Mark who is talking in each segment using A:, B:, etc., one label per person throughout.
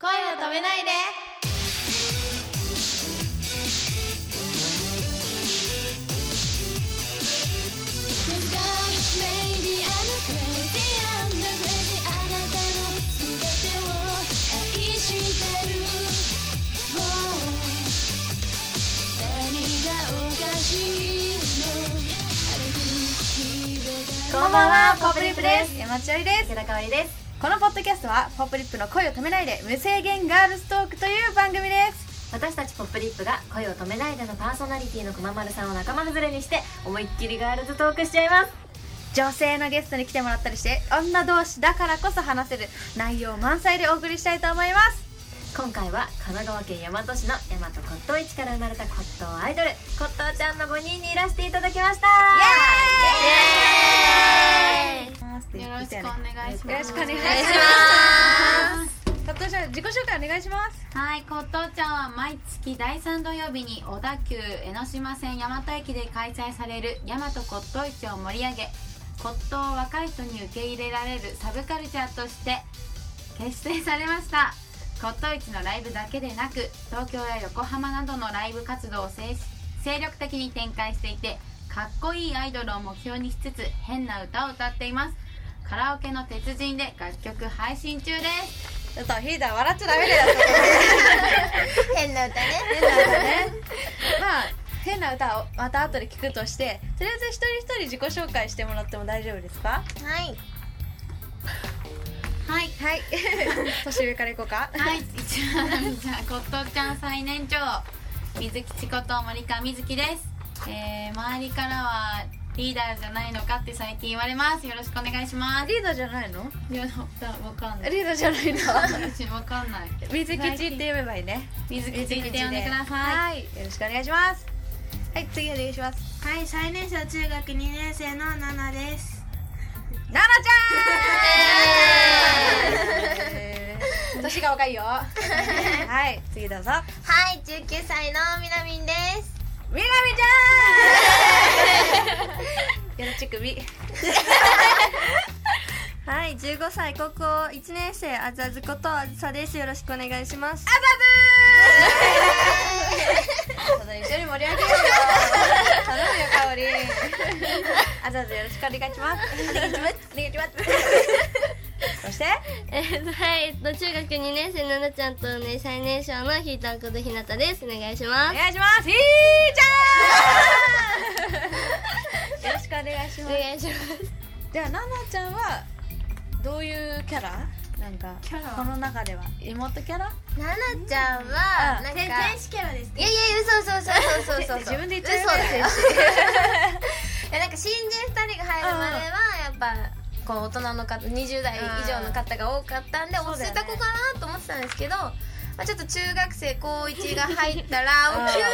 A: 声を止めないで
B: こんばんはポップリップです
A: 山千織です
B: 池田香織です
A: このポッドキャストはポップリップの声を止めないで無制限ガールストークという番組です
B: 私たちポップリップが声を止めないでのパーソナリティのくままるさんを仲間外れにして思いっきりガールズトークしちゃいます
A: 女性のゲストに来てもらったりして女同士だからこそ話せる内容満載でお送りしたいと思います
B: 今回は神奈川県大和市の大和骨董市から生まれた骨董アイドル骨董ちゃんの5人にいらしていただきましたイエーイ
C: よろしくお願いします。
A: よろしくお願いします。さん自己紹介お願いします。
C: はい、コットーちゃんは毎月第3土曜日に小田急江ノ島線大和駅で開催される大和骨董市を盛り上げ、骨董を若い人に受け入れられるサブカルチャーとして結成されました。骨董市のライブだけでなく、東京や横浜などのライブ活動を精精力的に展開していて、かっこいいアイドルを目標にしつつ変な歌を歌っています。カラオケの鉄人で楽曲配信中です。
A: ちょっとヒーダー笑っちゃダメだよ。
D: 変な歌ね
A: 変な歌ね。まあ変な歌をまた後で聞くとして、とりあえず一人一人自己紹介してもらっても大丈夫ですか？
D: はい
C: はい。
A: はい。 年上からいこうか。
C: はい、一番じゃあ、コットちゃん最年長、水吉こと森川瑞希です。えー、周りからはリーダーじゃないのかって最近言われます。よろしくお願いします。
A: リードじゃないの？
C: いや、わかんない。
A: リードじゃないの。
C: 私わかんない。
A: 水吉って呼べばいいね。
C: 水
A: 水
C: 吉
A: 吉
C: っ
A: で
C: て呼んでください。
A: はい。よろしくお願いします。はい、次お願いします。
D: はい最年少中学2年生のナナです
A: 奈々ちゃん。えー年が若いよ。 はい、次どうぞ。
D: はい19歳のみなみんです
A: みなみちゃん。よろちくみ。
D: はい15歳高校1年生あずあずことあずさですよろしくお願いします
A: ただ一緒に盛り上げようよ。頼むよ、かおり。あざあざよろしくお願いします。お願いします。お願いします。そして、
E: えーはい、えっと中学2年生ななちゃんとね最年少のひーたんことひなたですお願いしま
A: お
E: す
A: 願いします。ひーちゃん。よろしくお願い
E: お
A: します。
E: 願いします
A: じゃあ、ななちゃんは。どういうキャラ。なんか、
C: キャラ
A: この中では、妹キャラ。
D: ナナちゃんは
A: うん
D: なんか
A: 天
D: 天使キャラですねいやいや嘘嘘嘘嘘嘘嘘
A: 自分で言っちゃうよね
D: 嘘だよいやなんか新人2人が入るまではやっぱこう大人の方20代以上の方が多かったんで
A: ん
D: 落ちてた子かなと思ってたんですけど、まあ、ちょっと中学生高1が入ったら
A: うん
D: もう急にね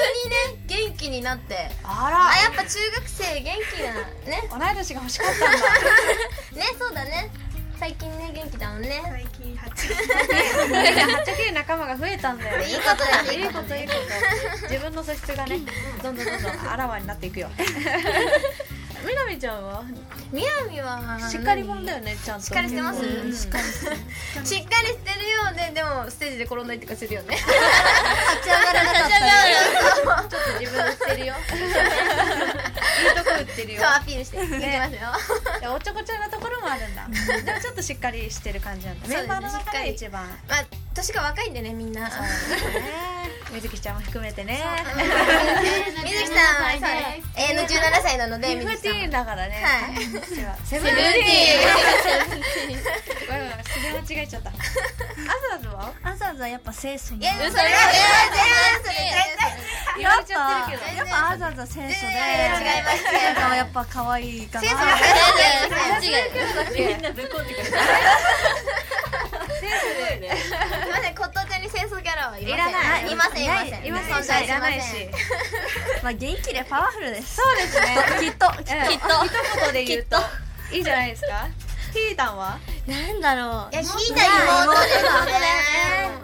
D: 元気になって
A: あ
D: あ
A: ら
D: やっぱ中学生元気なね
A: 同い年が欲しかったんだ
D: ねそうだね最近ね元気だもんね最近
A: はっちゃけ仲間が増えたんだよ
D: いいことだね
A: いいこといいこと自分の素質がねどんどんどんどんあらわになっていくよみなみちゃんは
D: みやみは
A: しっかり者だよねちゃんと
D: しっかりしてます
A: うん
D: しっかりしてるしっかりしてるようででもステージで転んだりとかするよね立ち上がらなかった
A: ちょっと自分売ってるよいいとこ売ってるよ
D: そうアピールしていきますよ
A: でおっちょこちょいなところもあるんだでもちょっとしっかりしてる感じなんだ
D: そうです
A: メ
D: ね
A: ンバーの中で一番
D: まあ年が若いんでねみんな
A: みずきちゃんも含めてね
D: みずきさんはそうね永遠の17歳なので
A: セ
D: み
A: ブン
D: ずき
A: テ
D: さん
A: ィーンだからね
D: はい
A: 私はセブン
D: セブン
A: ティーン
D: ティー
A: ごめんごめんすげえ間違えちゃったあずあずは
F: アザーズはやっぱ清楚
D: い
F: に
D: やそれは全然それ全然
A: 言われち
F: や
A: ゃっ
F: ってぱ
A: るけど
F: やっぱアザーズは清楚で
D: いやいや違います違います
F: なんかやっぱ可愛いかな
D: 清楚
E: 違う違う
D: すみません、骨董店に清掃キャラはいません。
A: いらない
D: はいいません、いません。
A: いませんしいらないし
F: まあ元気でパワフルです
A: そうですね
F: きっときっと
A: きっと一言で言うといいじゃないですかひーたんは
F: なんだろ
D: いや、ひいた妹ですね。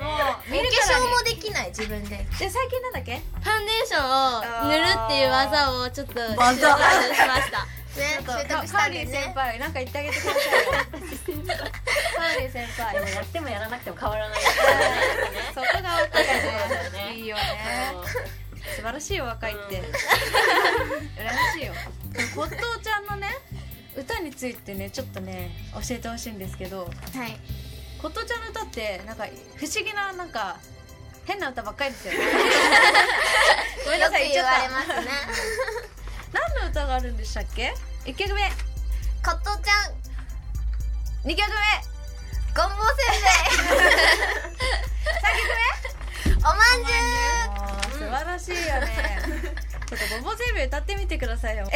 A: もう
D: お化
A: 見るから
D: 粧
A: に
D: もできない、自分で。
A: で最近なんだっけ
E: ファンデーションを塗るっていう技をちょっと習得し ました
D: ね、習
A: カ
D: 得した
A: ー
D: ん
A: リ
D: で
A: ー先
D: ね。
A: 輩なんか言ってあ げてくださいよカーリー先輩
B: でもやってもやらなくても変わらない
A: 晴らしいよ若いって、羨ましいよでも骨董ちゃんのね歌についてねちょっとね教えてほしいんですけど
D: はい
A: 骨董ちゃんの歌ってなんか不思議ななんか変な歌ばっかり ですよねごめんな
D: よ
A: さ
D: く
A: い言
D: 言
A: っ
D: わ
A: ちゃ
D: れ
A: っ
D: ますね
A: た何の歌があるんでしたっけ1曲目
D: コットちゃん
A: 2曲目
D: ゴンボせんべい三曲目おまんじゅう
A: あー素晴らしいよねちょっとごぼうせんべい歌ってみてくださいよ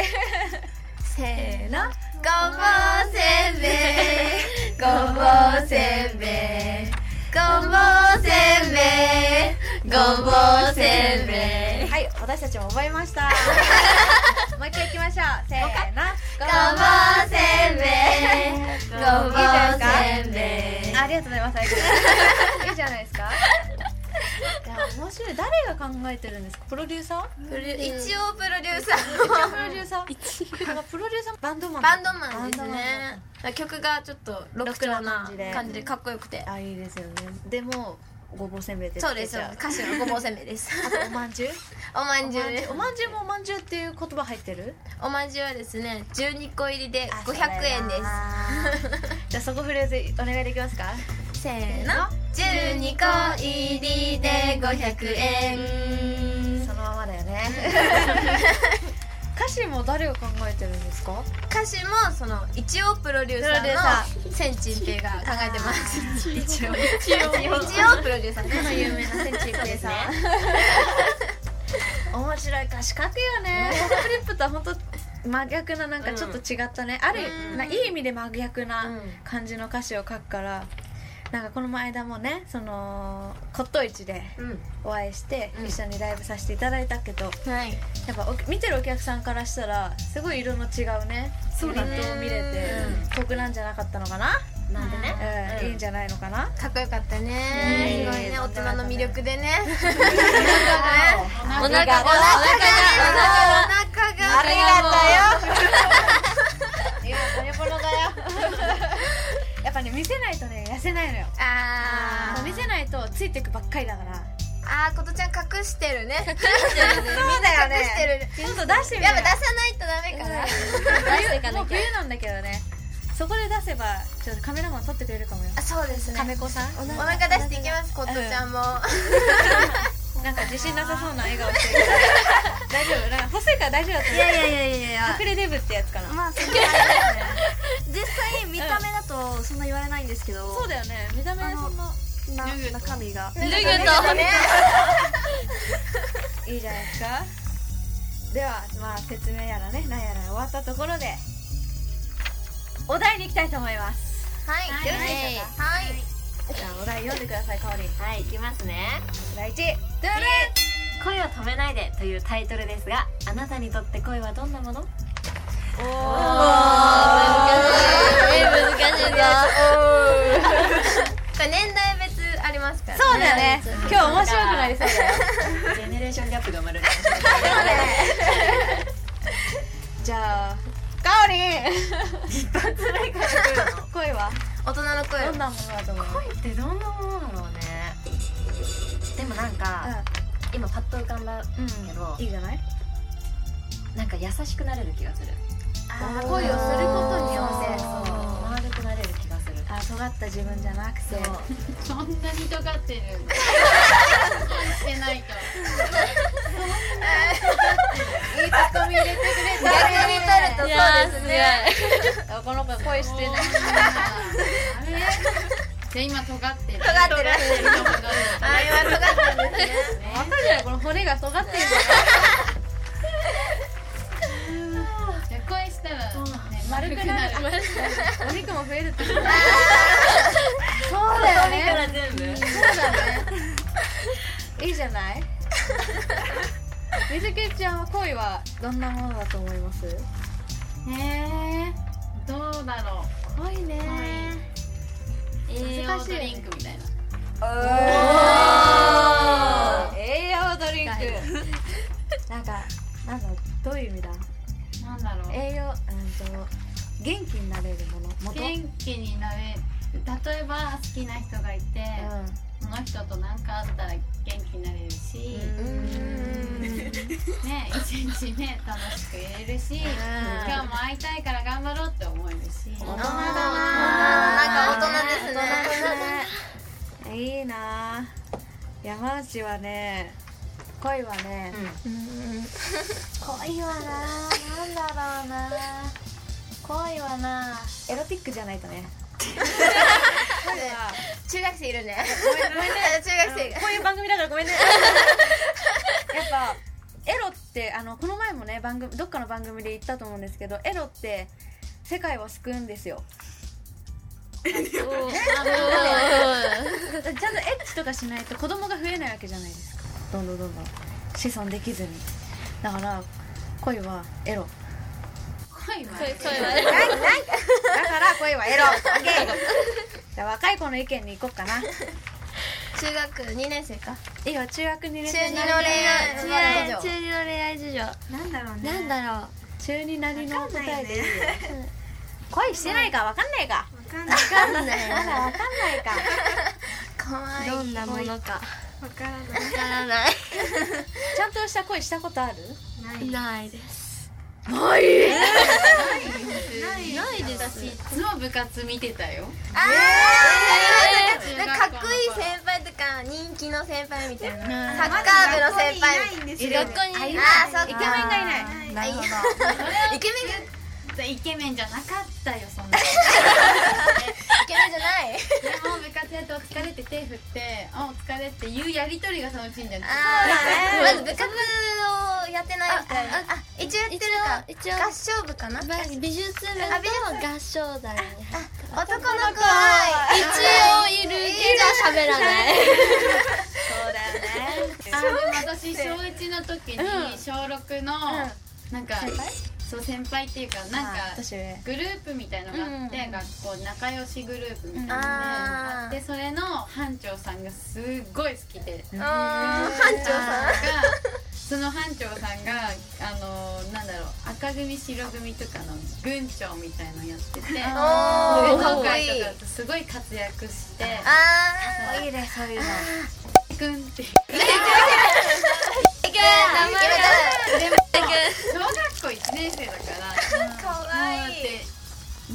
D: せー
A: な
D: ごぼうせんべいごぼうせんべいごぼうせんべいごぼうせんべい
A: はい、私たちも覚えま した。もう一回行きましょう。せーの。ご
D: ごぼうせんべいごぼうせんべい
A: ありがとうございます。いいじゃないですか。いや、面白い。誰が考えてるんですか。プロデューサー。
D: 一応プロデューサ
A: プロ
D: ー
A: デュー サー。なんかプロデューサー、バンドマン。
D: バンドマンです
A: バンドマ
D: ね曲がちょっとロックな感じでかっこよくて
A: ン。あ、いいですよね。でも、ごぼうせんべいって。
D: そうですそうです。歌詞のごぼうせんべいです
A: あとおまんじゅう。
D: おま
A: おま
D: ん
A: ん
D: じ
A: じゅ
D: ゅうです
A: うおまんじゅうもおまんじゅうっていう言葉入ってる。
D: おまんじゅうはですね12個入りで
A: あ
D: 500円で
A: です。じゃあ、そこフレーズお願いできますか。
D: すせーの12個入りで500円
A: そのままだよね 歌詞も誰が考えてるんですか
D: 歌詞もその一応プロデューサ
A: プロデュー
D: ーの千珍平が考えてます
A: 一応
D: 一応プロデューサーね
A: の有名なセンチープレイさん面白い歌詞書くよねポップリップとは本当真逆ななんかちょっと違ったね、あるないい意味で真逆な感じの歌詞を書くからなんかこの間もねその骨董市でお会いして一緒にライブさせていただいたけど、
D: はい
A: やっぱお見てるお客さんからしたらすごい色の違うねそうだを見れて得なんじゃなかったのかな、
B: なんでね
A: うんいいんじゃないのかな
D: かっこよかった
A: ね
D: ねすごいね
A: と
D: 大
A: んでもなかった
D: 人の
A: ね
D: 魅力でね
A: お腹が
D: お腹が
A: ありがとうよいやおにぼろだよやっぱね見せないとね痩せないのよ
D: あー
A: 見せないとついてくばっかりだから
D: あーことちゃん隠してるね
A: そうだよ
D: 隠してる
A: ちょっと出してみ
D: やっ
A: よ
D: ぱ出さないとダメか
A: う
D: な
A: もう冬なんだけどねそこで出せばちょっとカメラマン撮ってくれるかもよ
D: あそうですね
A: カメ子さん
D: お腹出していきますことちゃんも
A: なんか自信なさそうな笑顔してる大丈夫なんか細いから大丈夫だと思う
F: いやいやいやいやいや
A: 隠れデブってやつかな、
F: まあそんな実際見た目だとそんな言われないんですけど、
A: そうだよね見た目そんな
F: な中身が
E: 脱ぐと
A: いいじゃないですかではまあ説明やらねなんやら終わったところでお題に行きたいと思います
D: はい
A: よろしいでしょう
D: はい
A: じゃあお題読んでくださいかおりん
B: はいいきますね
A: 第1
B: 恋を止めないでというタイトルですがあなたにとって恋はどんなもの
E: 難しいぞ
D: これ年代別ありますから
A: そうだよね今日面白くなりそうだよ
B: ジェネレーションギャップが生まれる
A: じゃあかおりん一発目から声は
D: 大人の声
A: どんなものだと思う
B: 恋ってどんなものだろうねでもなんか、今パッと浮かんだ
A: うん
B: けど
A: いいじゃない
B: なんか優しくなれる気がする
A: あー
D: 恋をすることによ
A: っ
B: そう丸くなれる気がする
A: あ尖った自分じゃなくて
B: そう
C: そんなに尖ってるのしてない
A: い
C: と
A: いツッコミ入れてくれた
D: 逆に取ると
E: いや
D: そ
E: ー
D: うですす
E: ごい
D: ね
A: あ この子恋してない
C: あれじゃあ今尖ってる
D: 尖ってる
C: 尖ってる
D: あー今尖ってるんですね
A: わかるじゃないこの骨が尖ってるじ
C: じゃあ恋したら、ね、丸く
A: ゃ
C: なる
A: ないお肉も増えるってことそうだよね
B: 全部
A: そうだねいいじゃない水木ちゃんは恋はどんなものだと思います
C: へえどうだろ
A: 恋ね
C: う栄
A: 難
C: 養
A: しい
C: ドリンクみたいな
A: 栄養ドリンクなんかなんだどういう意味だ
C: なんだろう
A: 栄養うんと元気になれるもの元
C: 元気になれ例えば好きな人がいて、
A: う
C: その人と何かあったら元気になれるし、
A: ん
C: ね一日ね楽しくいれるし今日も会いたいから頑張ろうって思えるし
A: 大人
D: な
A: だ
D: ん
A: な
D: か大人ですね
A: 大人だねいいな山内はね恋はね、うん
D: 恋はななんだろうな恋はな
A: エロティックじゃないとね
D: 中学生いるね 中学生が
A: こういう番組だからごめん ねやっぱエロってあのこの前もね番組どっかの番組で言ったと思うんですけどエロって世界を救うんです よだってちゃんとエッチとかしないと子供が増えないわけじゃないですかどんどんどんどん子孫できずにだから恋はエロ
C: 恋は
A: だから恋はエロ オッケーじゃあ若い子の意見に行こうかない
D: 中学2年生か
A: いよ中学2年
D: 中
A: 生
D: 二の恋愛
E: 中
D: なるほど
E: 二の恋愛事情
F: なんだろうね
E: なんだろう
A: 中二なりの
F: わかんな
A: 答
F: い
A: えでいい
F: ね
A: よ恋してないかわかんないか
F: わかんない
E: わかんない
A: まだわかんないか
D: かわいい
E: どんなものか
F: わからな
D: わからない
A: ちゃんとした恋したことある
F: いな
E: な
F: い
E: いです
F: ない
E: ないです
C: いつも部活見てたよ
D: あ
C: えー
D: ーなんかかっこいい先輩とか人気の先輩みたいな
A: うん
D: サッカー部の先輩
F: いないんですよ
E: 学校にいる
D: あーそ
A: イ
D: っか
A: ケメンがいない
D: なるほどイケメンが
C: イケメンじゃなかったよそんな
D: イケメンじゃない
C: でも部活やってお疲れって手振って「あお疲れ」っていうやりとりが楽しいんだよ
D: あーまず部活をやってないみたいなあ一応やってるか
E: 一応
D: 合唱部かな
E: まあ美術部
D: あ美術
E: と合唱団に入っ
D: 男の子は
E: 一応 いるけど喋らない
C: あでも私小1の時に小6のなんかそう先輩っていうかなん
A: あー
C: か
A: 年上
C: グループみたいのがあって学校仲良しグループみたいなのがあってそれの班長さんがすっごい好きで
D: うん班長さん
C: がその班長さんがあのなんだろう赤組白組とかの軍長みたいのやってて運
D: おーかっ
C: 動
D: こい
C: 会
D: い
C: とかすごい活躍して
D: あー
A: いいねそういうの
C: くんって
D: イケメン
C: でも小学校1年生だから
D: かわ
C: だっ
D: いい
C: て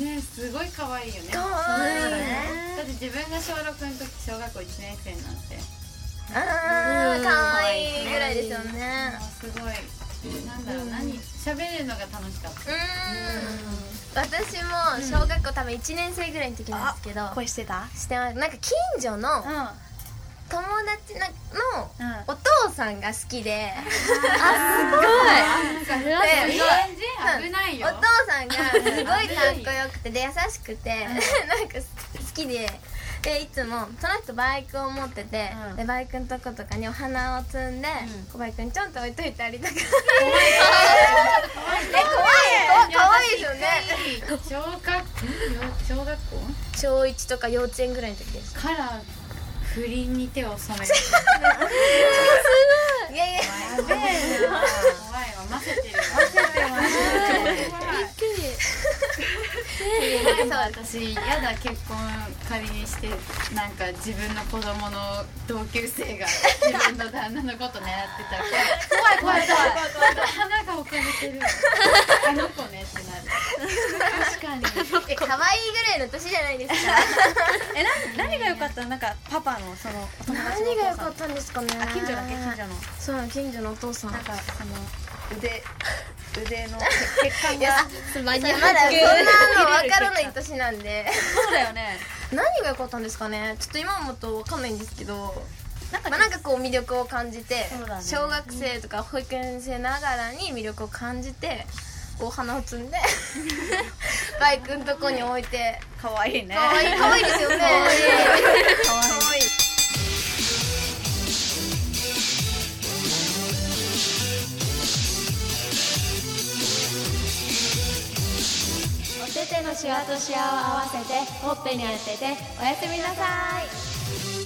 C: ねすごい可愛いよね
D: か
C: だ
D: わいいね
C: って自分が小6の時小学校1年生なんて
D: あーかわいいぐらいですよね
C: もうすごいなんだろう何喋るのが楽しかった
D: うーん私も小学校多分1年生ぐらいの時なんですけど
A: 恋してた
D: してますなんか近所の
A: うんうん
D: 友達なの
A: あ
D: お父さんが好きでで
C: 全然危ない
D: お
C: よ
D: 父さんがすごいかっこよくてで優しくてなんか好きででいつもその人バイクを持ってて、
A: うん
D: でバイクのとことかにお花を積んで、こうバイクにちょんと置いといたりとかえ怖い怖い怖いですよね
C: 小学校小学校
D: 小1とか幼稚園ぐらいの時です
C: から不倫に手を染める
D: いやいや
C: やべえな怖いわ混ぜてるわ混ぜてます私やだ結婚仮にしてなんか自分の子供の同級生が自分の旦那のこと狙ってたら怖い怖い怖い怖い怖い花が置かれてるあの子ねってなる確かに
D: え可愛いぐらいの年じゃないです か
A: えな何が良かったのなんかパパのそのお友達のお父
D: 何が良
A: さん
D: かったんですかね
A: あ近所だけ近所の
D: そう近所のお父 さん
A: なんかその腕腕の血血管が
E: マジ
D: まだそんなの分からない年なんで
A: そうだよね
D: 何が良かったんですかねちょっと今思うと分かんないんですけど
A: なんか
D: まあ、なんかこう魅力を感じて、
A: そうだね
D: 小学生とか保育園生ながらに魅力を感じてこう花を摘 んでバイクのとこに置いて
A: 可愛いね
D: 可愛い可愛いですよね可愛い
E: お手手のシワとシワを合わせてほっぺに当てておやすみなさい